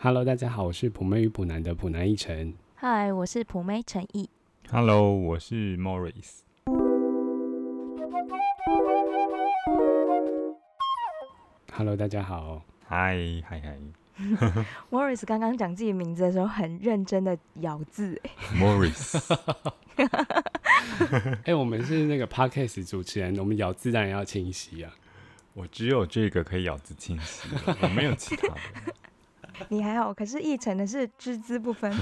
Hello，大家好，我是普妹与普南的普南一晨。嗨，我是普妹陈毅。 Hello，我是 Morris。 Hello，大家 好。嗨嗨嗨 Morris 刚刚讲自己名字的时候，很认真的咬字。 ，Morris。哎、我们是那个 podcast 主持人，我们咬字当然要清晰啊。 我只有这个可以咬字清晰， 我没有其他的。你还好，可是奕晨的是只字不分。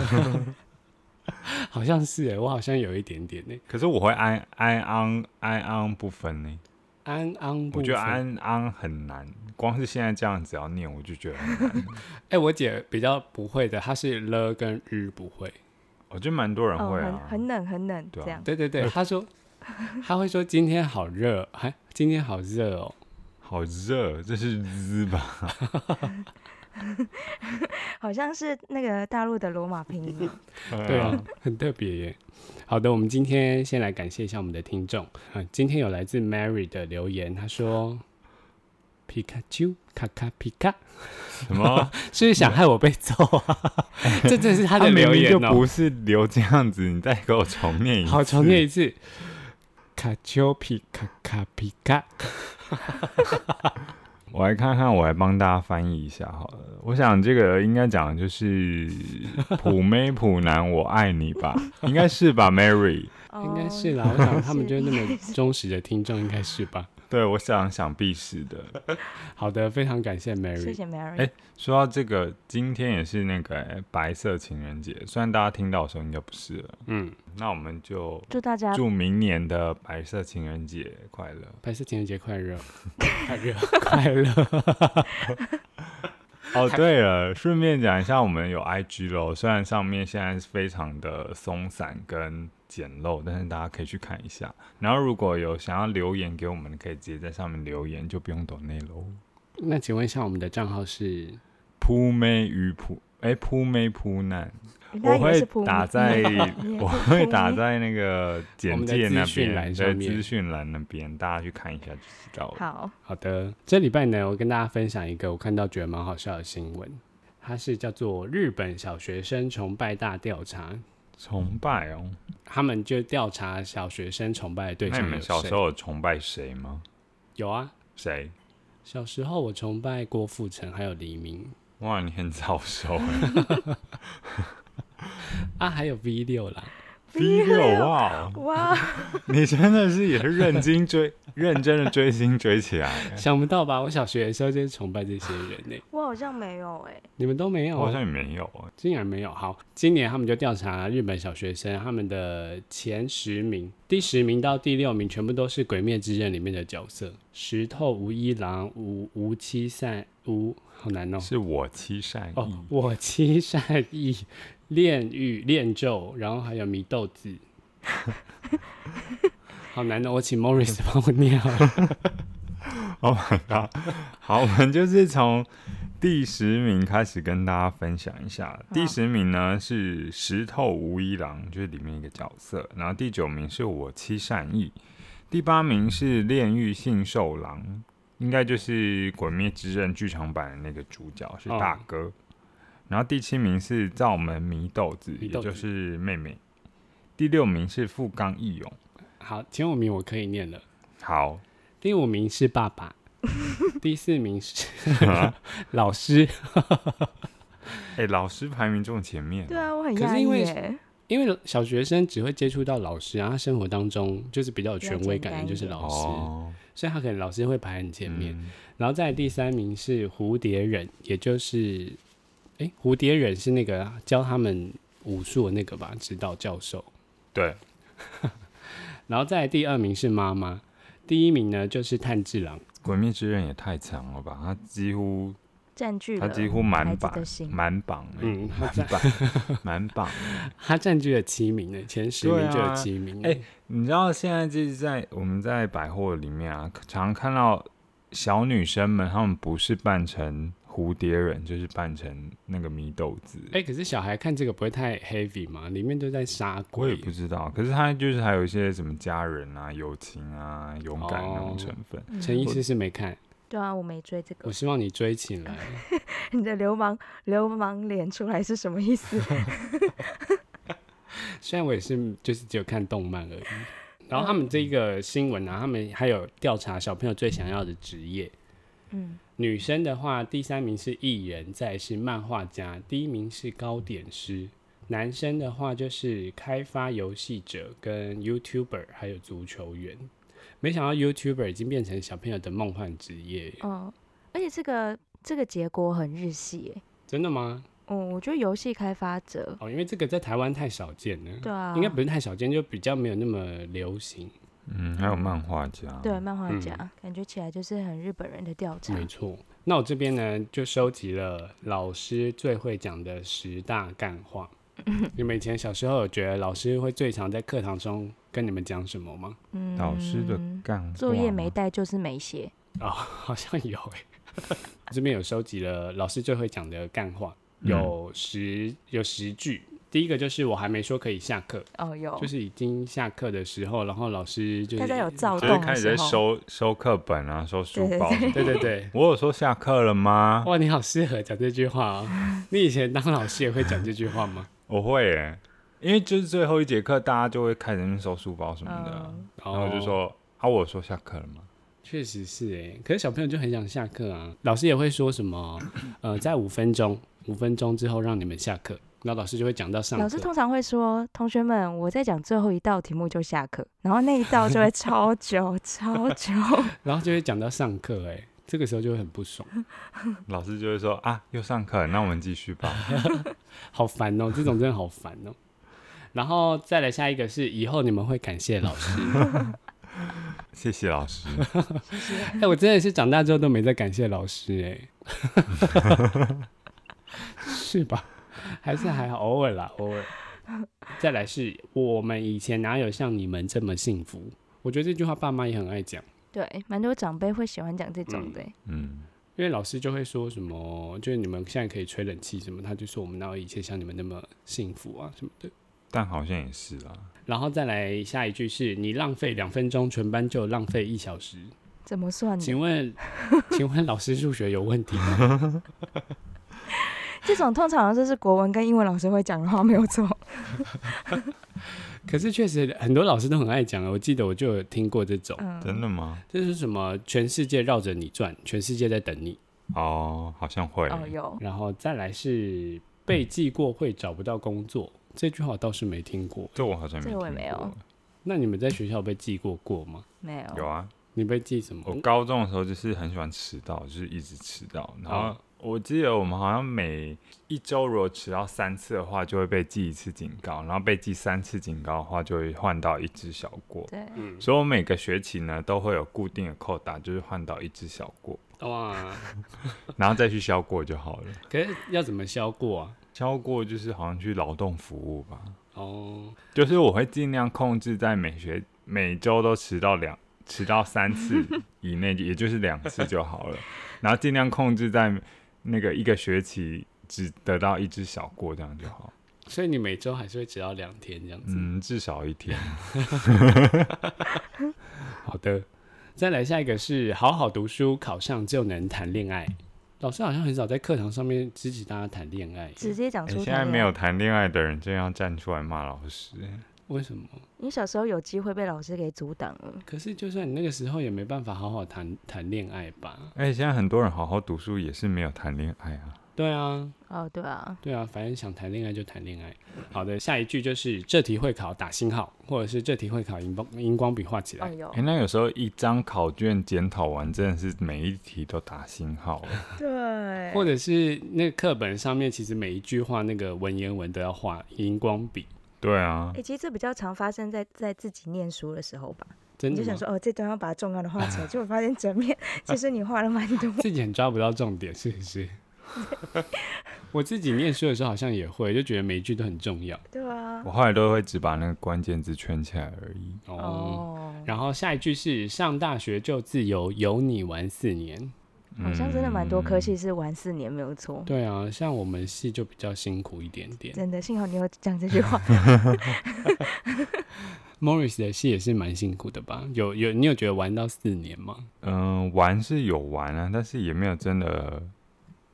好像是哎，我好像有一点点呢。可是我会安安昂安昂不分呢、安安不我觉得分安昂很难，光是现在这样子要念，我就觉得 很难。哎、我姐比较不会的，她是了跟日不会。我觉得蛮多人会哦很啊，很冷，很冷，对啊这样。对对对，她说，她会说今天好热，还、今天好热哦。好热，这是滋吧？好像是那个大陆的罗马拼音。对啊，很特别耶。好的，我们今天先来感谢一下我们的听众。嗯，今天有来自 Mary 的留言，她说：“皮卡丘，卡卡皮卡， 什么？是不是想害我被揍啊？” 这真是她的明留明言就哦、不是留这样子，你再给我重念一次。好，重念一次： 卡丘皮卡卡皮卡。我来看看，我来帮大家翻译一下好了。我想这个应该讲的就是普妹普男，我爱你吧，应该是吧，Mary。哦 应该是啦，我想他们就是是那么忠实的听众，应该是吧？对，我想想必是的。好的，非常感谢谢 Mary。谢 Mary。哎说到这个，今天也是那个、哎白色情人节，虽然大家听到的时候应该不是了。嗯，那我们就祝大家祝明年的白色情人节快乐。白色情人节快 乐，快乐，快乐。 哦，对了，顺便讲一下，我们有 IG 咯，虽然上面现在是非常的松散跟简陋，但是大家可以去看一下。然后如果有想要留言给我们，可以直接在上面留言，就不用抖内喽。那请问一下，我们的账号是？扑妹与扑，哎，扑妹扑难，我那也会是普妹打在 你也是我扑会妹打在那个我简们的介那资讯栏边，上对，面资讯栏那边，大家去看一下就知道了。 好，好的，这礼拜呢，我跟大家分享一个我看到觉得蛮好笑的新闻，它是叫做日本小学生崇拜大调查，崇拜哦，他们就调查小学生崇拜的对那象你有谁。们小时候有崇拜谁吗？有啊，谁？小时候我崇拜郭富城还有黎明哇，你很早熟哎。啊，还有 V 六啦。 V 六哇， 哇，你真的是也是认真追，认真的追星追起来。想不到吧？我小学的时候就是崇拜这些人呢、 我好像没有哎。你们都没有我啊、好像也没有欸竟然没有。好，今年他们就调查日本小学生他们的前十名，第十名到第六名全部都是《鬼灭之刃》里面的角色，石头无一郎、无无七善、无好难哦。是我欺善哦意，，我七善逸、炼狱、炼咒，然后还有祢豆子，好难哦！我请 Morris 帮我念好了。好，我们就是从第十名开始跟大家分享一下。第十名呢是石头无一郎，就是里面一个角色。然后第九名是我妻善意，第八名是炼狱信受郎，应该就是《鬼灭之刃》剧场版的那个主角是哦大哥。然后第七名是灶门祢豆子，祢也豆子就是妹妹。第六名是富冈义勇。好，前五名我可以念了。好，第五名是爸爸，第四名是 老师，哎、老师排名这么前面，对啊，我很可是讶因为异耶。因为小学生只会接触到老师啊，他生活当中就是比较有比较权威简感单的一就是点老师，哦所以他可能老师会排很前面。嗯然后再来第三名是蝴蝶忍，也就是，诶，蝴蝶忍是那个教他们武术的那个吧，指导教授。对，然后再来第二名是妈妈，第一名呢就是炭治郎。 《鬼灭之刃》也太强了吧！他几乎占据他了几乎孩满子榜的心，满榜欸嗯，他满在 榜 满榜欸。他占据了七名呢，前十对名就有啊七名。诶你知道现在就是在我们在百货里面啊，常看到小女生们，她们不是扮成蝴蝶人，就是扮成那个祢豆子。哎、可是小孩看这个不会太 heavy 吗？里面都在杀我也鬼，不知道，可是她就是还有一些什么家人啊、友情啊、勇敢那种哦成分。嗯陈医师是没看，对啊，我没追这我个。希望你追起来。 你的流氓流氓脸出来是什么意思？虽然我也是就是只有看动漫而已。然后他们这个新闻啊，他们还有调查小朋友最想要的职业。嗯，女生的话，第三名是艺人，再来是漫画家，第一名是糕点师。男生的话就是开发游戏者、跟 YouTuber，还有足球员。没想到 YouTuber 已经变成小朋友的梦幻职业，嗯，而且这个这个结果很日系耶。真的吗？嗯，我觉得游戏开发者，哦，因为这个在台湾太少见了，对啊，应该不是太少见，就比较没有那么流行。嗯，还有漫画家，对，漫画嗯家、感觉起来就是很日本人的调查。没错。那我这边呢，就收集了老师最会讲的十大干话。嗯你们以前小时候有觉得老师会最常在课堂中跟你们讲什么吗？ 嗯，老师的干话作业没吗带就是没写。哦，好像有诶、这边有收集了老师最会讲的干话，嗯有十有十句。第一个就是我还没说可以下课，哦，有，就是已经下课的时候，然后老师就是大家有躁就是动开的始时在候， 收收课本啊，收书包对对对对什么的。对 对，我有说下课了吗？哇，你好适合讲这句话哦。你以前当老师也会讲这句话吗？我会耶，因为就是最后一节课，大家就会开始在那边收书包什么的，啊嗯，然然后我就说、啊，我有说下课了吗？确实是哎，可是小朋友就很想下课啊。老师也会说什么，呃，在五分钟，五分钟之后让你们下课。那老师就会讲到上老师课，通常会说：“同学们，我在讲最后一道题目就下课。”然后那一道就会超久超 久。然后就会讲到上课，哎，这个时候就会很不爽，老师就会说啊，又上课了，那我们继续吧。 好烦哦，这种真的好烦哦。然后再来下一个是以后你们会感谢老师，谢谢老 师。 哎、我真的是长大之后都没再感谢老师哎、 是吧？还是还好，偶尔啦，偶尔。再来是我们以前哪有像你们这么幸福？我觉得这句话爸妈也很爱讲，对，蛮多长辈会喜欢讲这种的欸。嗯，因为老师就会说什么，就是你们现在可以吹冷气什么，他就说我们哪有以前像你们那么幸福啊什么的。但好像也是啊啦。然后再来下一句是你浪费两分钟，全班就浪费一小时。怎么算呢？请问， 请问老师数学有问题吗？这种通常就是国文跟英文老师会讲的话，没有错。可是确实很多老师都很爱讲啊，我记得我就有听过这种，嗯，真的吗？这是什么？全世界绕着你转，全世界在等你。哦，好像会。哦，有，然后再来是被记过会找不到工作，这句话我倒是没听过。这我好像没。这我也没有。那你们在学校有被记过过吗？没有，有啊，你被记什我么？高中的时候就是很喜欢迟到，就是一直迟到。然后哦我记得我们好像每一周如果迟到三次的话，就会被记一次警告，然后被记三次警告的话，就会换到一只小过。对，嗯，所以我每个学期呢都会有固定的扣打，就是换到一只小过，哇！然后再去消过就好了。可是要怎么消过啊？消过就是好像去劳动服务吧，哦，就是我会尽量控制在每学每周都迟到两迟到三次以内，也就是两次就好了，然后尽量控制在那个一个学期只得到一只小过这样就好，所以你每周还是会迟到两天这样子。嗯，至少一天。好的，再来下一个是好好读书，考上就能谈恋爱。老师好像很少在课堂上面支持大家谈恋爱，直接讲诶出。哎现在没有，谈恋爱的人真要站出来骂老师，为什么？你小时候有机会被老师给阻挡了。可是，就算你那个时候也没办法好好谈谈恋爱吧？而且哎现在很多人好好读书也是没有谈恋爱啊。对啊，哦，对啊，对啊，反正想谈恋爱就谈恋爱。好的，下一句就是这题会考打星号，或者是这题会考荧光荧光笔画起哦来。有哎、，那有时候一张考卷检讨完，真的是每一题都打 星号了。对或者是那个课本上面，其实每一句话那个文言文都要画荧光笔，对啊哎、，其实这比较常发生在在自己念书的时候吧。真你就的想吗？说，哦，这段要把重要的 画起来，结果发现整面其实你画了蛮 多。自己很抓不到重点，是不是？ 我自己念书的时候好像也会，就觉得每一句都很重要对啊我，后来都会只把那个关键字圈起来而已。哦。哦，然后下一句是上大学就自由，有你玩四年。好像真的蛮多科系是玩四年没有错。对啊，像我们系就比较辛苦一点点。 真的，幸好你有讲这句话。 Morris 的戏也是蛮辛苦的吧？有有，你有觉得玩到四年吗？嗯、玩是有玩啊，但是也没有真的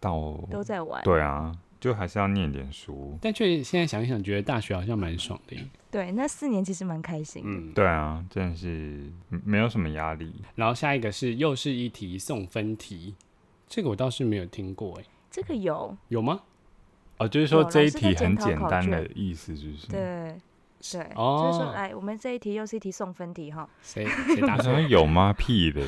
到。都在玩。对啊，就还是要念点书。但却现在想一想，觉得大学好像蛮爽的耶。对，那四年其实蛮开心的。嗯，对啊，真的是没有什么压力。然后下一个是又是一题送分题，这个我倒是没有听过，哎，这个有有吗？哦，就是说有这一老师在题很检讨简考单的卷意思，就是对对，嗯哦就是说来，我们这一题又是一题送分题哈。谁谁答错？哎我想说啊有吗？屁 的，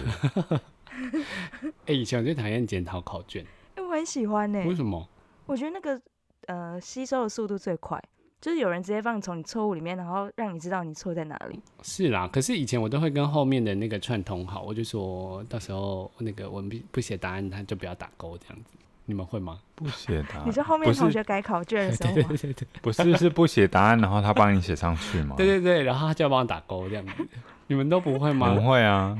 以前我最讨厌检讨考卷，哎、我很喜欢呢、为什么？我觉得那个呃吸收的速度最快，就是有人直接帮你从你错误里面，然后让你知道你错在哪里。是啦，可是以前我都会跟后面的那个串通好，我就说到时候那个我们不不写答案，他就不要打勾这样子。你们会吗？不写答啊案。你说后面不是同学改考卷的时 候吗？不是是不写答案，然后他帮你写上去 吗？对对对，然后他就要帮我打勾这样子。你们都不会不吗？会啊，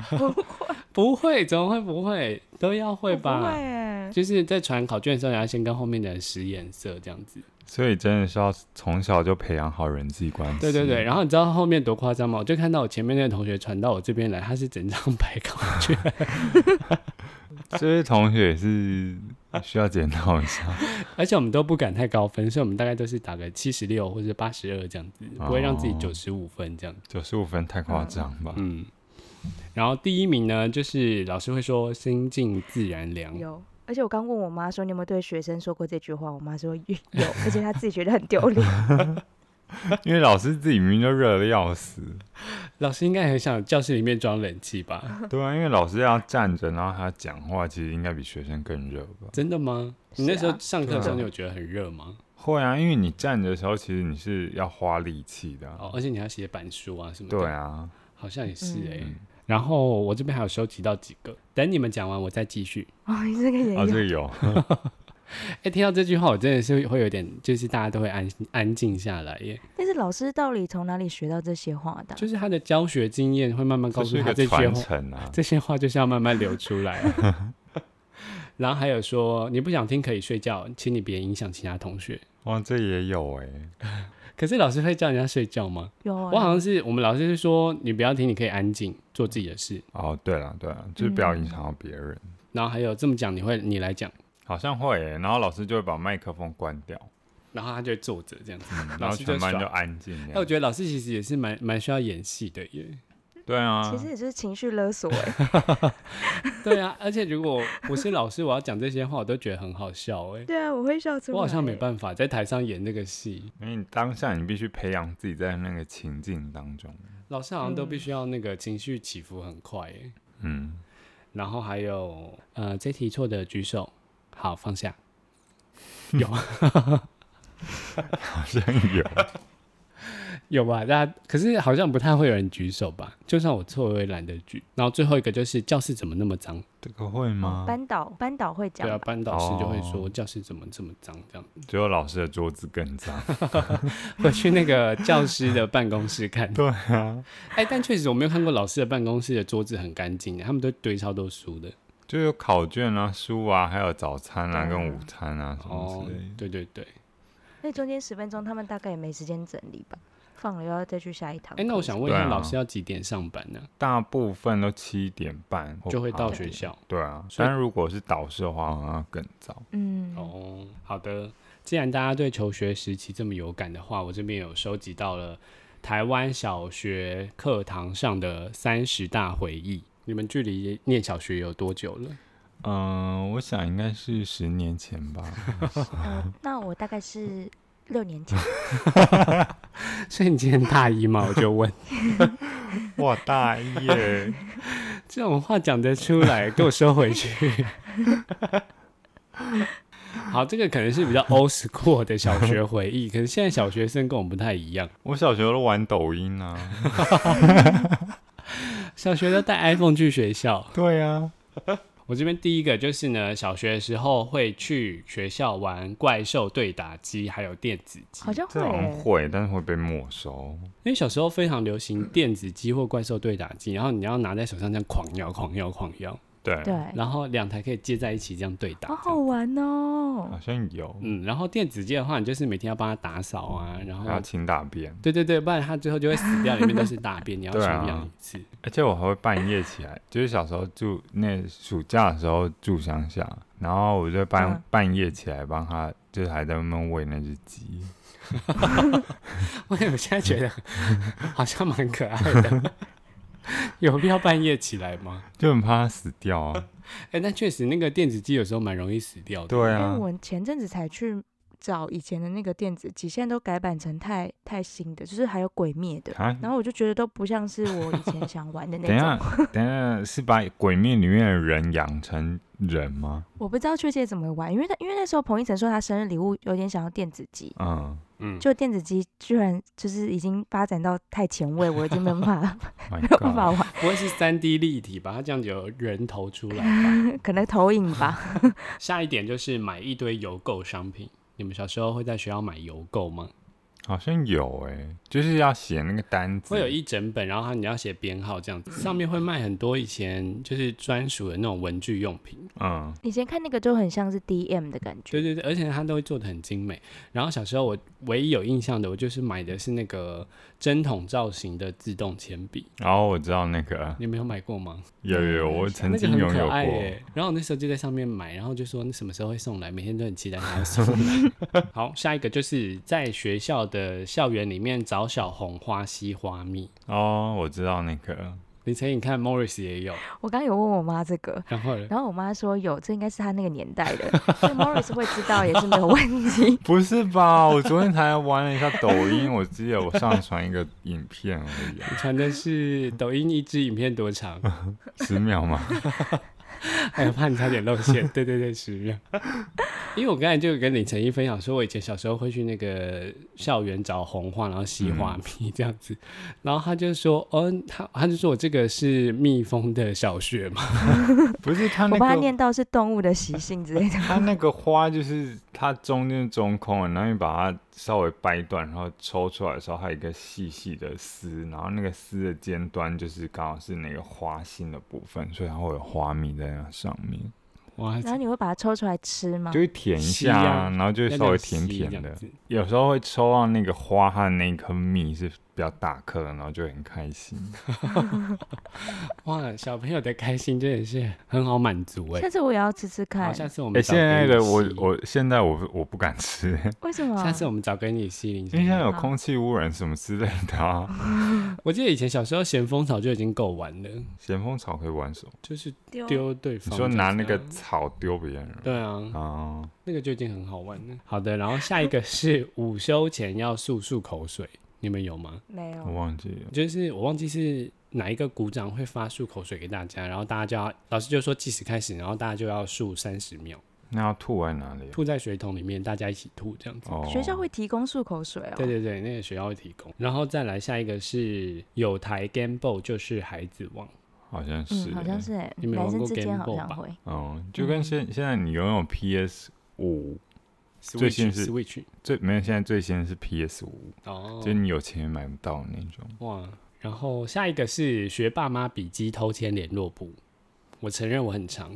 不会，怎么会不会？都要会我不会吧？欸就是在传考卷的时候，你要先跟后面的人使眼色这样子。所以真的是要从小就培养好人际关系。对对对，，然后你知道后面多夸张吗？我就看到我前面那个同学传到我这边来，他是整张白考 卷。 这位同学也是需要检讨一 下，而且我们都不敢太高分，所以我们大概都是打个七十六或者八十二这样子，不会让自己哦九十五分这样子。九十五分太夸张吧？嗯。然后第一名呢，就是老师会说“心静自然凉有。而且我刚问我妈说，你有没有对学生说过这句话？我妈说有， 而且她自己觉得很丢 脸。因为老师自己明明就热的要死，”，老师应该很想教室里面装冷气吧？对啊，因为老师要站着，然后还要讲话，其实应该比学生更热吧？真的吗？你是那时候啊上课的时候，对啊你有觉得很热吗？会啊，因为你站着的时候，其实你是要花力气的啊。哦，而且你还要写板书啊什么的。对，啊，好像也是嗯哎、嗯然后我这边还有收集到几个，等你们讲完我再继续。哦，你这个也有，啊，这个有，哎、听到这句话，我真的是会有点，就是大家都会安安静下来耶。但是老师到底从哪里学到这些话的啊？就是他的教学经验会慢 慢告这诉是一他个这些传话，承 啊。这些话就是要慢慢流出来 啊。然后还有说，你不想听可以睡觉，请你别影响其他同学。哇，哦这也有哎、可是老师会叫人家睡觉吗？有我好啊，像是我们老师是说，你不要听，你可以安静做自己的事。哦，对了对了，就是不要影响到别人，然后还有这么讲，你会你来讲，好像会、欸。然后老师就会把麦克风关掉，然后他就会坐着这样子。嗯然老后师就全班爽就安静那哎、我样。觉得老师其实也是蛮蛮需要演戏的 耶。对啊其，实也就是情绪 勒索欸。 对啊，而且如果我是老师，我要讲这些话，我都觉得很好笑哎。对啊，我会笑出来欸。我好像没办法在台上演这个戏，因为你当下你必须培养自己在那个情境当中。老师好像都必嗯须要那个情绪起伏很快耶。嗯，然后还有呃，这题错的举手，好放下。有好像有。有吧？大家可是好像不太会有人举手吧？就算我错，我也懒得举。然后最后一个就是教室怎么那么脏？这个会嗯吗？班导班导会讲对啊，吧，班导师就会哦说教室怎么这么脏？这样只有老师的桌子更脏。 会去那个教师的办公室看。对啊，哎，但确实我没有看过老师的办公室的桌子很干净，他们都堆超多书的。就有考卷啊、书啊，还有早餐对啊啊、跟午餐啊什么哦之类的。，对对对。那中间十分钟他们大概也没时间整理吧，放了又要再去下一堂课。哎、那我想问一对下，啊老师要几点上班呢、大部分都七点半或就会到八学点。校。对啊，所以但如果是导师的话，好像更早。嗯，哦，好的。既然大家对求学时期这么有感的话，我这边有收集到了台湾小学课堂上的三十大回忆。你们距离念小学有多久 了？嗯，我想应该是十年前吧。呃那我大概是六年前，所以你今天大一吗？我就问， 哇，大一耶！ 这种话讲得出来，给我收回去。好，这个可能是比较 old school 的小学回忆，可是现在小学生跟我们不太一样，我小学都玩抖音啊。小学都带 iPhone 去学校。对啊，我这边第一个就是呢，小学的时候会去学校玩怪兽对打机，还有电子机 好。像这会好像欸，会，但是会被没收。因为小时候非常流行电子机或怪兽对打机，然后你要拿在手上这样狂摇、狂摇、狂摇。对，对，然后两台可以接在一起这样对打。好这好样玩哦好。像有，嗯，然后电子鸡的话，你就是每天要帮它打扫啊，然后还有清大便，对对对，不然它最后就会死掉，里面都是大便， 你要去对啊养一次。而且我还会半夜 起来，就是小时候住那暑假的时候住乡下，然后我就半、嗯半夜起来帮他，就是还在那边喂那只鸡。我我现在觉得好像蛮可爱的， 有必要半夜起来吗？就很怕它死 掉啊！哎、那确实那个电子鸡有时候蛮容易死掉的。对因啊为，哎我前阵子才去找以前的那个电子鸡，现在都改版成太太新的，就是还有鬼灭的。啊，然后我就觉得都不像是我以前想玩的那等一下种，， 等一下，是把《鬼面里面的人养成人吗？我不知道确切怎么玩，因为他因为那时候彭一晨说他生日礼物有点想要电子鸡， 嗯，嗯，就电子鸡居然就是已经发展到太前卫，我已经没有办法 My 没有办法 God， 玩，不会是三 D 立体吧？它这样子有人头出来 吧？可能投影吧。下一点就是买一堆邮购商品。你们小时候会在学校买邮购吗？嗯好像有哎、就是要写那个单子，会有一整本，然后它你要写编号这样子，上面会卖很多以前就是专属的那种文具用品。嗯，以前看那个就很像是 DM 的感对对觉，对，而且它都会做的很精美。然后小时候我唯一有印象的，我就是买的是那个针筒造型的自动铅笔，然后我知道那个你没有买过吗？有有有，嗯我曾经嗯那个拥很有可爱欸过，耶。然后我那时候就在上面买，然后就说你什么时候会送来，每天都很期待它要送来。 好，下一个就是在学校的校园里面找小红花、西花蜜。哦，我知道那个，林晨，你看 Morris 也有，我刚刚有问我妈这个。然后呢然后我妈说有，这应该是她那个年代 的，所以 Morris 会知道也是没有问题。 不是吧？我昨天才玩了一下抖音，我记得我上传一个影片而已 啊，你传的是抖音一支影片多长？十秒嘛。还有怕你差点露 馅。对对对，十秒。因为我刚才就跟李晨一分享说，我以前小时候会去那个校园找红花，然后吸嗯花蜜这样子，然后他就说，哦，他他就说我这个是蜜蜂的小穴 嘛，不是它我帮她那个，念到是动物 的习性之类的，它那个花就是它中间是中空的，然后你把它稍微掰断，然后抽出来的时候，它有一个细细的丝，然后那个丝的尖端就是刚好是那个花心的部分，所以它会有花蜜在那上面，哇，然后你会把它抽出来吃吗就？会舔一吸下啊啊，然后就会稍微甜要这样吸甜这的样。子有时候会抽到那个花和那颗蜜是比较大颗的，然后就很开心。哇，小朋友的开心真的是很好满足哎、下次我也要吃吃好，看，下次我哎、们找现在给的你我吸，我现在我我不敢吃、为什么？下次我们找给你吸林因为晨现。在有好空气污染什么之类的嗯啊。我记得以前小时候咸丰草就已经够玩了， 咸丰草可以玩什么？就是丢丢对方。你说拿那个草丢别人对啊，嗯啊？那个就已经很好玩了。好的，然后下一个 是午休前要漱漱口水，你们有吗？没我有？忘记了。就是我忘记是哪一个鼓掌会发漱口水给大家，然后大家就要老师就说计时开始，然后大家就要漱三十秒，那要吐在哪里啊？吐在水桶里面，大家一起吐这样子。哦，学校会提供漱口水哦。对对对，那个学校会提供。然后再来下一个是有台 Game Boy 就是孩子王，好像是、嗯，好像。是哎，你没有男玩生过之间 Game 好 Boy 像吧会。嗯，就跟现现在你拥有 PS 五，最 Switch 新是 Switch 最没有现在最新是 PS 五、哦，就你有钱也买不到那种。哇，然后下一个是学爸妈笔记偷签联络簿，我承认我很长，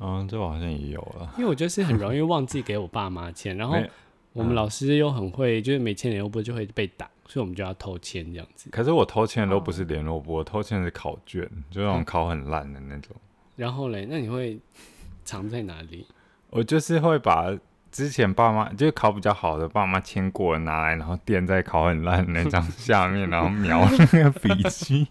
嗯，这我好像也有了。因为我就是很容易忘记给我爸妈签，然后没嗯我们老师又很会，就是没签联络簿就会被打，所以我们就要偷签这样子。可是我偷签的都不嗯是联络簿，我偷签的是考卷，就那种考很烂的那种。然后嘞，那你会藏在哪里？我就是会把之前爸妈就是考比较好的爸妈签过的拿来，然后垫在考很烂的那张下面，然后描那个笔 记。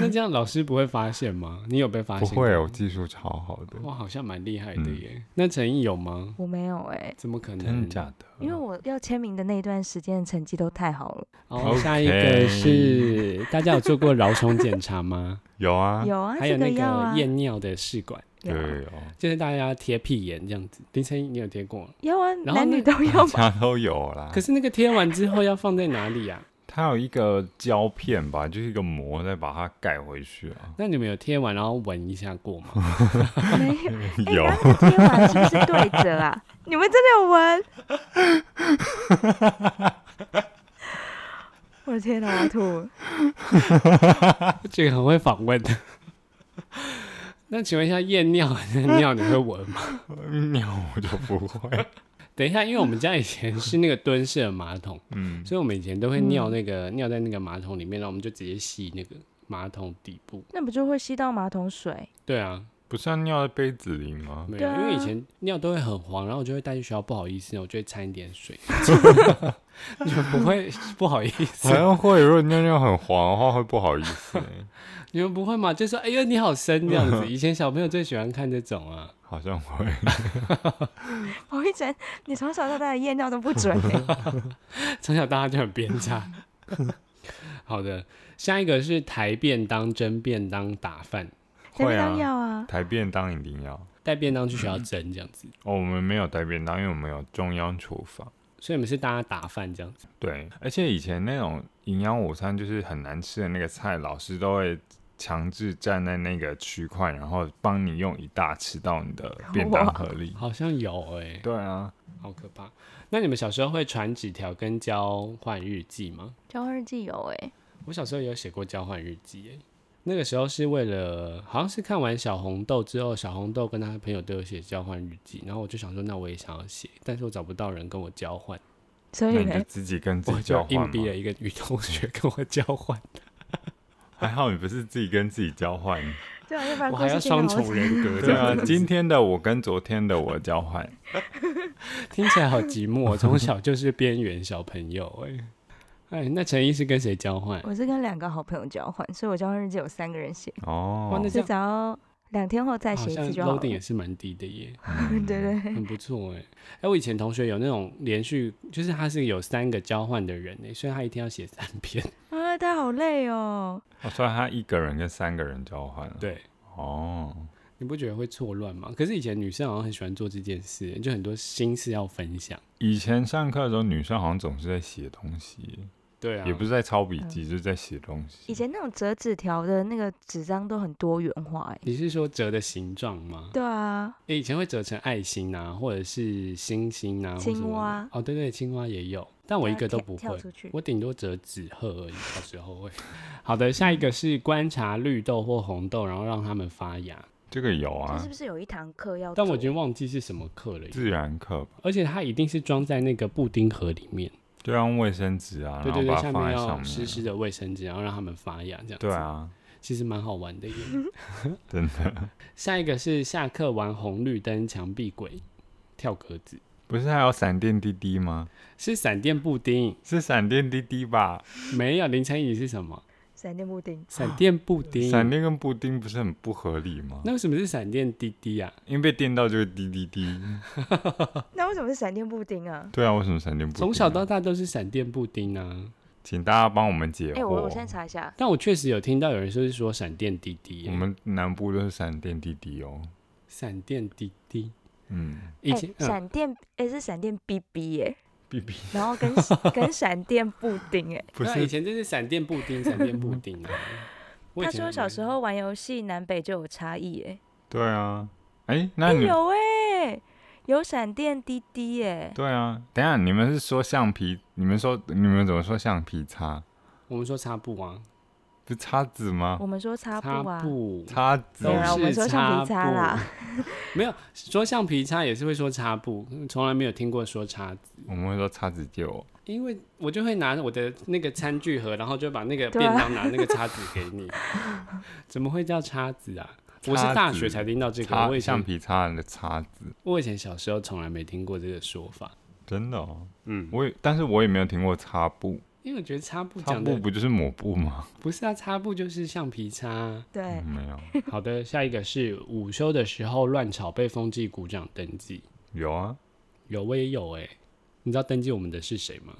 那这样老师不会发现吗？你有被发不现？会，我，技术超好的，哇，好像蛮厉害的嗯耶。那陈毅有吗？我没有哎，怎么可能？真的假的？嗯因为我要签名的那一段时间的成绩都太好了。好，哦下一个是大家有做过蛲虫检查吗？有啊，有啊，还有那这要啊个，验尿的试管。有啊对哦，就是大家贴屁眼这样子。凌晨一你有贴过吗？有啊，然后男那女都要 吧。家都有啦可。是那个贴完之后要放在哪里啊？它有一个胶片吧，就是一个膜，再把它盖回去 啊。那你们有贴完然后闻一下过吗？ 没有，哎，有然后贴完是不是对折啊？ 你们真的有闻？ 我的天哪，我要吐了！这个很会访问的。 那请问一下，验尿的尿你会闻吗？ 尿我就不 会，等一下，因为我们家以前是那个蹲式的马桶，嗯，所以我们以前都会尿那嗯个、尿在那个马桶里面，然后我们就直接吸那个马桶底部。那不就会吸到马桶水？对啊，不是要尿在杯子里吗？没对有，啊因为以前尿都会很黄，然后我就会带去学校，不好意思，我就会掺一点水， 就不会不好意好思。啊像会，如果尿尿很黄的话会不好意思 欸、你们不会吗？就说哎呦你好深这 样子。以前小朋友最喜欢看这种啊，好像会。我一整，你从小到大的验尿都不准、 欸，从小到大就很偏 差。好的，下一个是抬便当、蒸便当、打饭，在会那啊当药啊。抬便当一定要。带便当去学校蒸这样子。哦，我们没有带便当，因为我们有中央厨房。所以你们是大家打饭这样子，对，而且以前那种营养午餐就是很难吃的那个菜，老师都会强制站在那个区块，然后帮你用一大吃到你的便当盒里。好像有哎、对啊，好可怕。那你们小时候会传纸条跟交换日记吗？交换日记有哎、我小时候也有写过交换日记耶，那个时候是为了好像是看完小红豆之后，小红豆跟他的朋友都有写交换日记，然后我就想说，那我也想要写，但是我找不到人跟我交换，所那以你就呢，自己跟自我己就交换硬逼嘛。了一个女同学跟我交换，还好你不是自己跟自己交换。对啊，要不然我故还事要听双得好重人 格这对啊样，子，今天的我跟昨天的我交换。听起来好寂寞哦。从小就是边缘小朋友哎，哎，那陈毅是跟谁交换？我是跟两个好朋友交换，所以我交换日记有三个人写，哇哦那，所以只要两天后再好写一像次就好了。 loading 也是蛮低的耶。 对对对，很不错哎、欸，哎、我以前同学有那种连续，就是他是有三个交换的人哎、所以他一天要写三 篇。啊，他好累哦。哦所以他一个人跟三个人交换。，对，哦，你不觉得会错乱吗？可是以前女生好像很喜欢做这件事欸、就很多心事要分享。以前上课的时候，女生好像总是在写东西，对啊，也不是在抄笔记，就是在写东嗯以西。前那种折纸条的那个纸张都很多元化哎、你是说折的形状吗？对啊，欸以前会折成爱心啊，或者是星星啊，或青什么的蛙啊哦，对对，青蛙也有，但我一个都跳不跳会出去，我顶多折纸鹤而已，小时候会。好的，下一嗯个是观察绿豆或红豆，然后让它们发芽。这个有这啊是，不是有一堂课要做？但我已经忘记是什么课了耶，自然课吧，而且它一定是装在那个布丁盒里面，就用卫生纸啊，对对然后对，把下它放在面上要面。湿湿的卫生纸，然后让它们发芽这样。对，啊，其实蛮好玩的耶。嗯真的 下一个是下课玩红绿灯、墙壁鬼、跳格子，不是还有闪电滴滴吗？是闪电布丁，是闪电滴滴吧？没有林晨宇是什么？闪电布 丁，闪电布丁。闪电跟布丁不是很不合理吗？那为什么是闪电滴滴啊？因为被电到就会滴滴滴。那为什么是闪电布丁啊？对啊，为什么闪电布丁啊？从小到大都是闪电布丁啊，请大家帮我们解哎、惑。我我先查一下，但我确实有听到有人说是说闪电滴滴我耶，们南部都是闪电滴滴哦。闪电滴滴。嗯，以哎前、嗯闪、电哎、是闪电 BB 哎、 B B 然后跟跟闪电布丁哎、不对啊以是前就是闪电布 丁，闪电布丁啊。我以他前说很小爱时候玩游戏南北就有差异哎、对啊，哎，那哎你有哎、有闪电滴滴哎、对啊，等一下你们是说橡皮？你们说你们怎么说橡皮擦？我们说擦布啊，不是叉子吗？我们说擦布啊，布叉子都对哦啊我们是说橡皮擦啦 布没有说橡皮擦也是会说擦布，从来没有听过说擦子，我们会说叉子就因为我就会拿我的那个餐具盒，然后就把那个对便啊当拿那个擦子给 你，怎么会叫擦子啊？我是大学才听到这个，擦我以橡前皮擦的叉子，我以前小时候从来没听过这个说法，真的哦。嗯，我也，但是我也没有听过擦布，因为我觉得擦布擦讲布的不就是抹布吗？不是啊，擦布就是橡皮擦啊。对，没有，好的，下一个是午休的时候乱吵被风纪鼓掌登记，有啊，有我也有哎、你知道登记我们的是谁吗？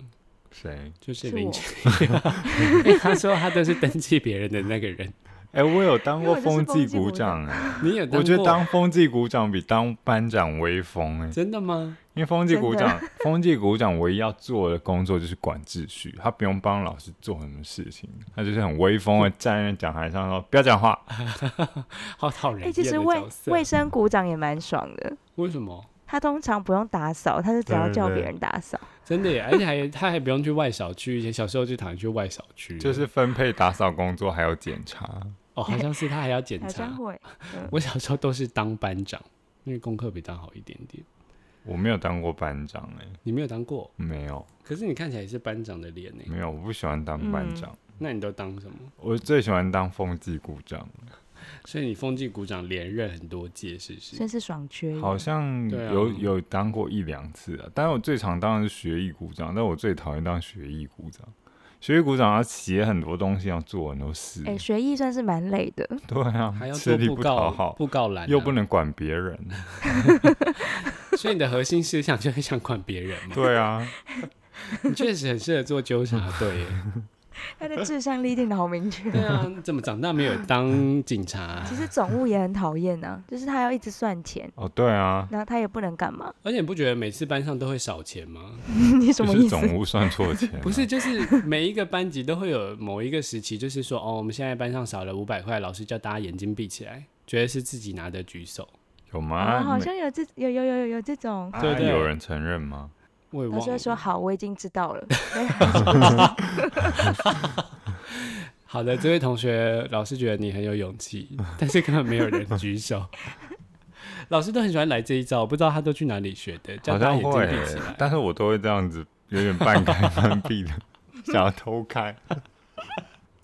谁？就是是林我晨宇，因为 他说他都是登记别人的那个人。哎、我有当过因为我风就是风纪纪股股长长哎、你有我觉得过当风纪股长比当班长威风哎、真的吗？因为风纪股真的长， 风纪股长唯一要做的工作就是管秩序，他不用帮老师做什么事情，他就是很威风的站在讲台上说不要 讲话，好讨人哎、厌其的实卫角色。卫生股长也蛮爽的，为什么？他通常不用打扫，他是只要对对叫别对人打扫。真的耶，而且还 他还不用去外小区，以前小时候就讨厌去外小区，就是分配打扫工作还有检查， 哦，好像是他还要检好像查。会。嗯我小时候都是当班长，因为功课比他好一点点。我没有当过班长哎、你没有当过，没有可是你看起来也是班长的脸呢。没有，我不喜欢当班嗯长，那你都当什么？我最喜欢当风纪股长，所以你风纪股长连任很多届，是不是？真是爽缺人。好像对啊有、有当过一两次啊，但我最常当然是学艺股长，但我最讨厌当学艺股长。学艺股长要写很多东西，要做很多事，哎、学艺算是蛮累的， 对啊还，要吃做力布不讨告好，布告栏啊、又不能管别人， 所以你的核心思想就很想管别人 嘛。对啊，你确实很适合做纠察队耶。他的志向立定的好明确。对 啊，你怎么长大没有当警察啊、其实总务也很讨厌呢，就是他要一直算钱，哦对啊，然后他也不能干 嘛。而且你不觉得每次班上都会少钱吗？你什就么是意思？总务算错钱、啊 不是，，就是每一个班级都会有某一个时期，就是说，哦，我们现在班上少了五百块，老师叫大家眼睛闭起来，觉得是自己拿的举手，有啊，吗？好没像有这有有有有有这种，啊对不对有人承认吗？我也他忘就了。会说好，我已经知道 了。好的，这位同学，老师觉得你很有勇 气，但是根本没有人举手。 老师都很喜欢来这一招，我不知道他都去哪里学的，叫好大家像眼睛会闭欸、起来。但是我都会这样子，有点半开半闭的， 想要偷 开。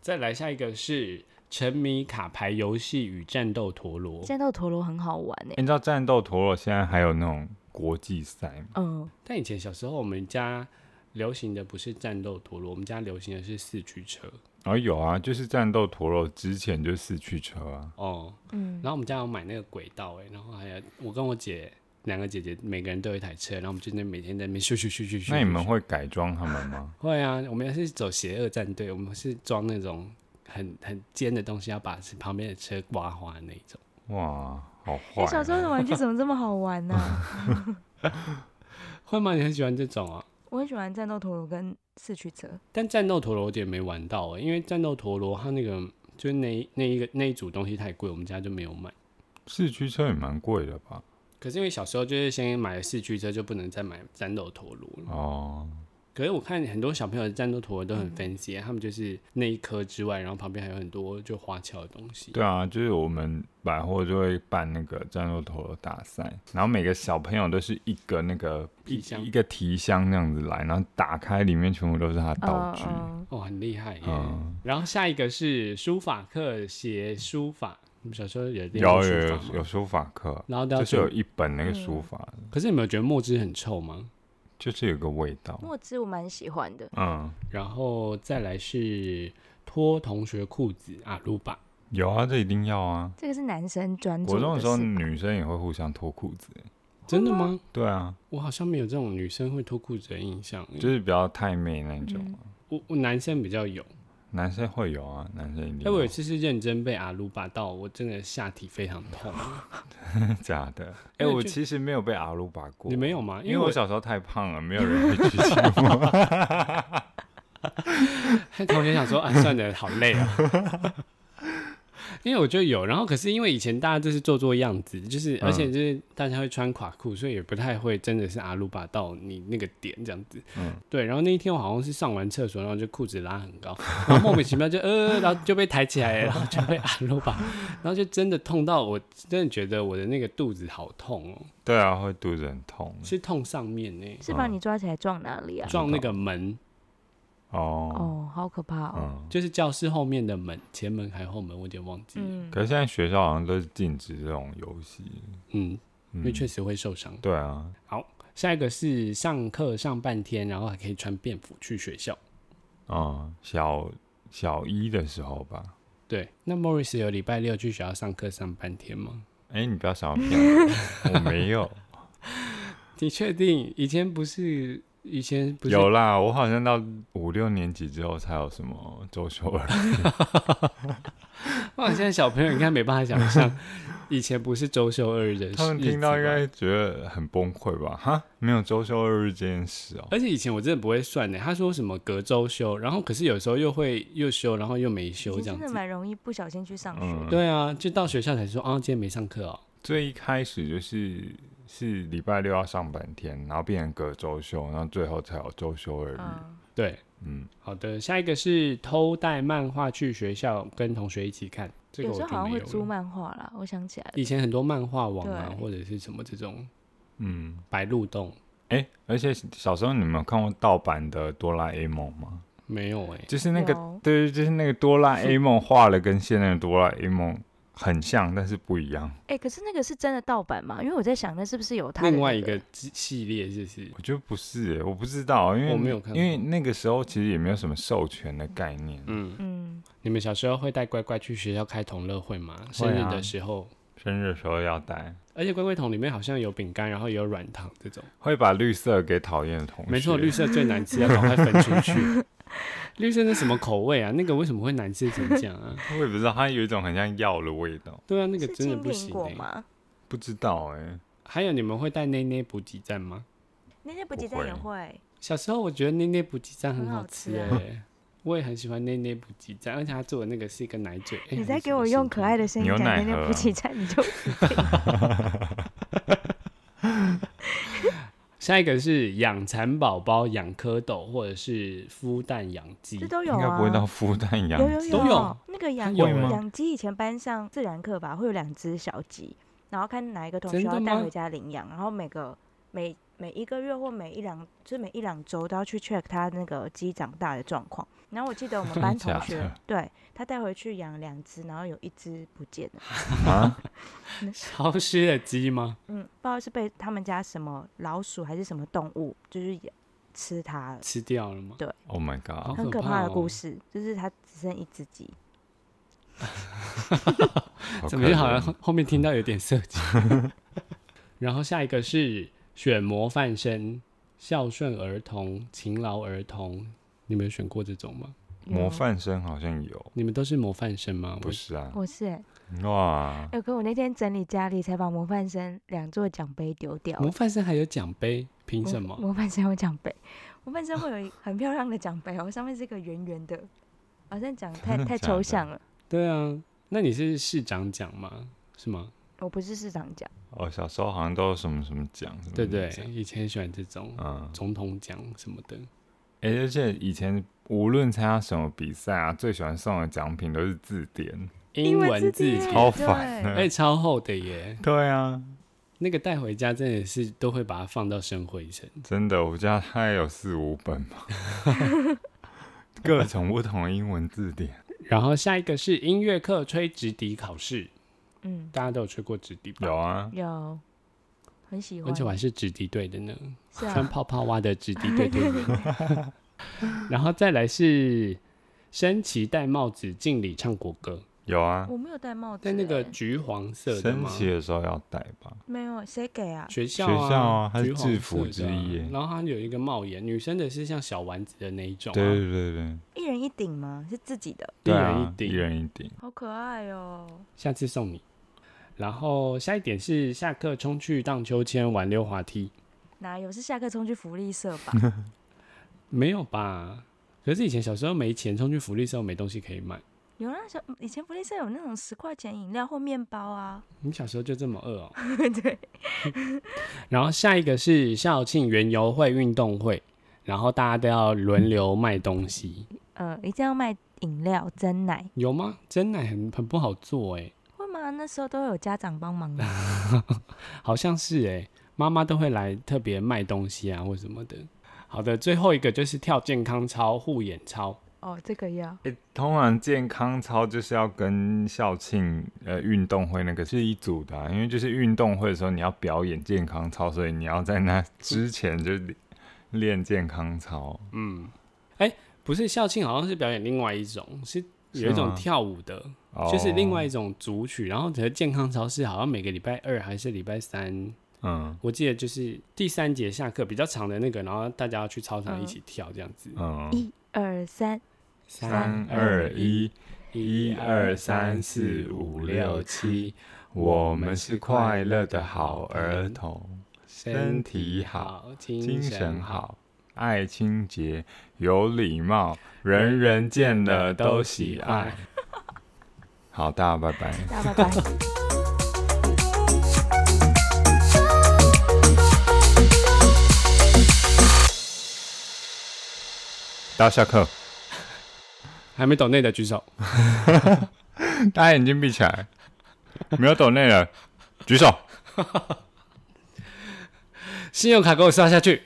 再来下一个是沉迷卡牌游戏与战斗陀螺，战斗陀螺很好玩哎、你知道战斗陀螺现在还有那种国际赛吗？嗯，但以前小时候我们家流行的不是战斗陀螺，我们家流行的是四驱车然后有啊，就是战斗陀螺之前就是四驱车啊，哦。嗯然后我们家有买那个轨道哎、然后还有我跟我姐两个姐姐每个人都有一台车，然后我们就在每天在那边咻咻咻咻咻。那你们咻？会改装他们吗会啊？我们是走邪恶战队，我们是装那种很很尖的东西，要把旁边的车刮花的那一种。哇，你、好坏哎啊、小时候的玩具怎么这么好玩 呢、会吗？你很喜欢这种啊？我很喜欢战斗陀螺跟四驱车，但战斗陀螺我也没玩到、欸，因为战斗陀螺它那个就是那一那一个那一组东西太贵，我们家就没有买。四驱车也蛮贵的吧？可是因为小时候就是先买了四驱车，就不能再买战斗陀螺了。哦，可是我看很多小朋友的战斗陀螺都嗯很 fancy，、他们就是那一颗之外，然后旁边还有很多就花俏的东西。对啊，就是我们百货就会办那个战斗陀螺大赛，然后每个小朋友都是一个那个提一箱一个提箱那样子来，然后打开里面全部都是他的道具。嗯哦，很厉害耶！嗯然后下一个是书法课写书法，你们小时候有练有过书有有法有吗？书法课，然后都要就是有做。一本那个书法的，可是你们有觉得墨汁很臭吗？就是有个味道嗯。墨汁我蛮喜欢的，嗯，然后再来是脱同学裤子啊，鲁巴。有啊，这一定要啊。这个是男生专注国中的的时候，事吧女生也会互相脱裤子欸。真的吗？对啊，我好像没有这种女生会脱裤子的印象，就就是是不要太妹那种啊、我我男生比较有。男生会有啊，男生一定哎，我有一有。次是认真被阿鲁巴到，我真的下体非常痛。 假的。哎、那我就其实没有被阿鲁巴过。你没有？吗？因因为为我我小时候太胖了，没有人会举起 我。同学想说， 啊，算了，好累啊。 因为我就有，然后可是因为以前大家就是做做样子，嗯就是而且就是大家会穿垮裤，所以也不太会真的是阿鲁巴到你那个点这样子。嗯对。然后那一天我好像是上完厕所，然后就裤子拉很高，然后莫名其妙就呃，然后就被抬起来，然后就被阿鲁巴，然后就真的痛到我真的觉得我的那个肚子好痛哦，对啊，会肚子很痛。是痛上面呢，嗯是把嗯你抓起来撞哪里啊？撞那个门，哦，哦，好可怕哦。嗯。就是教室后面的门，前门还是后门，我有点忘记了。嗯，可是现在学校好像都是禁止这种游戏。嗯，因为嗯，确实会受伤。对啊，下一个是上课上半天，然后还可以穿便服去学校。嗯，小小一的时候吧。对，那 Morris 有礼拜六去学校上课上半天吗？哎、你不要想要骗 我，我没有。你确定？以前不是，以前不是有啦，我好像到五六年级之后才有什么周休二日。哇！现在小朋友应该没办法想 象，以前不是周休二日的日子吧他们听到应该觉得很崩溃吧？哈，没有周休二日这件事哦、而且以前我真的不会算欸的，他说什么隔周休，然后可是有时候又会又休，然后又没以休前这样真的子。蛮容易不小心去上学嗯的。对啊，就到学校才说啊，今天没上课哦。最一开始就是是礼拜六要上半天，然后变成隔周休，然后最后才有周休二日。嗯，对，嗯，好的，下一个是偷带漫画去学校跟同学一起看，这个有我时就候好像没会有租了。漫画啦，我想起来了，以前很多漫画网啊，对或者是什么这种嗯，白鹿洞，哎、而且小时候你们有看过盗版的哆啦 A 梦吗？没有哎、就是那个有，对，就是那个哆啦 A 梦画了跟现在的哆啦 A 梦很像，但是不一样。哎、可是那个是真的盗版嘛？因为我在想，那是不是有他的另外一那个系系列就是我觉得不是、欸，我不知道，因为我没有看过因为那个时候其实也没有什么授权的概念。嗯，嗯，你们小时候会带乖乖去学校开同乐会啊吗？生日的时候，生日的时候要带，而且乖乖桶里面好像有饼干，然后也有软糖这种。会把绿色给讨厌的同学。没错，绿色最难吃，要赶快分出 去。绿色是什么口味啊？那个为什么会难吃成这样啊？我也不知道，它有一种很像药的味道，对啊，那个是真的金不苹行、果欸。吗？不知道哎、还有，你们会带内内补给站吗？那些不不记得也会会，小时候我觉得内内补给站很好吃哎、很好啊我也很喜欢内内补给站，而且他做的那个是啊一个奶嘴。哎 你在给我用可爱的？的声音牛讲奶那些盒不起站，你就下一个是养蚕宝宝、养蝌�蚪或者是孵蛋养鸡这。都有应该啊不。会到孵蛋养有有鸡都有那个养有吗养鸡，以前班上自然课吧，会有两只小鸡，然后看哪一个同学真的要吗带回家领养，然后每个每每一个月或每一两，就是每一两周都要去 check 它那个鸡长大的状况。然后我记得我们班真 同的假的学，对他带回去养两只，然后有一只不见了，啊，消失的鸡吗？嗯，不知道是被他们家什么老鼠还是什么动物，就是吃它了，吃掉了吗？ Oh my god！好很可可怕怕的哦故事，就是它只剩一只鸡。怎么就好像可怜后后面听到有点色 情？然后下一个是选模范生、孝顺儿童、勤劳儿童，你们有选过这种吗？模有，范生好像有，你们都是模范生吗？不是啊？我是、欸。哇，哎、可我那天整理家里，才把模范生两座奖杯丢掉我，。模范生还有奖杯，凭模什么？模范生有奖杯，模范生会有一很漂亮的奖杯哦，上面是一个圆圆的。好像讲得太真的太假的抽象了，对啊，那你是市长奖吗？是吗？我不是市长奖，我哦小时候好像都有什么什么奖，什么对不对奖，以前喜欢这种嗯，总统奖什么的。哎、而且以前无论参加什么比赛啊，最喜欢送的奖品都是字典，英文字典典，超烦的哎、超厚的耶！对啊，那个带回家真的是都会把它放到深灰尘。真的，我家大概有四五本 吧，各种不同的英文字典。然后下一个是音乐课吹直笛考试，嗯，大家都有吹过直笛吧？有，啊，有很喜欢而且，我还是直笛队的呢，是穿啊，泡泡袜的直笛队 队员。然后再来是升旗戴帽子敬礼唱国歌，有啊，我没有戴帽子、欸，但那个橘黄色的升嘛，旗的时候要戴吧。没有，谁给啊？学校学校啊它橘是黄色的啊制服之一耶然后它有一个帽檐，女生的是像小丸子的那一种、啊，对对对对，一人一顶吗？是自己的，一对人啊一顶一人一顶。好可爱哦、下次送你。然后下一点是下课冲去荡秋千、玩溜滑梯，哪有是下课冲去福利社 吧？没有吧？可是以前小时候没钱，冲去福利社没东西可以买。有那时候以前福利社有那种十块钱饮料或面包啊， 你小时候就这么饿哦。 对，然后下一个是校庆园游会运动会，然后大家都要轮流卖东西，呃，一定要卖饮料、真奶，有吗？真奶很很不好做哎，会吗？那时候都有家长帮忙的，好像是哎，妈妈都会来特别卖东西啊或什么的。好的，最后一个就是跳健康操、护眼操， 哦，这个要诶，欸通常健康操就是要跟校庆呃运动会那个是一组的、啊，因为就是运动会的时候你要表演健康操，所以你要在 那之前就练练健康操。嗯，哎，不是校庆，好像是表演另外一种，是有一是种吗跳舞的，哦就是另外一种组曲。然后可是健康操是好像每个礼拜二还是礼拜三，嗯我记得就是第三节下课比较长的那个，然后大家要去操场一起跳这样子。嗯，一二三，三二一，一二三四五六七，我们是快乐的好儿，童，身体好，，精神。好，爱清洁，有礼貌，人人见了都喜爱。好，大家拜拜。大家拜拜。到下课，还没懂内的举手。 大家眼睛闭起来，没有抖内了，举手。信用卡给我刷下去。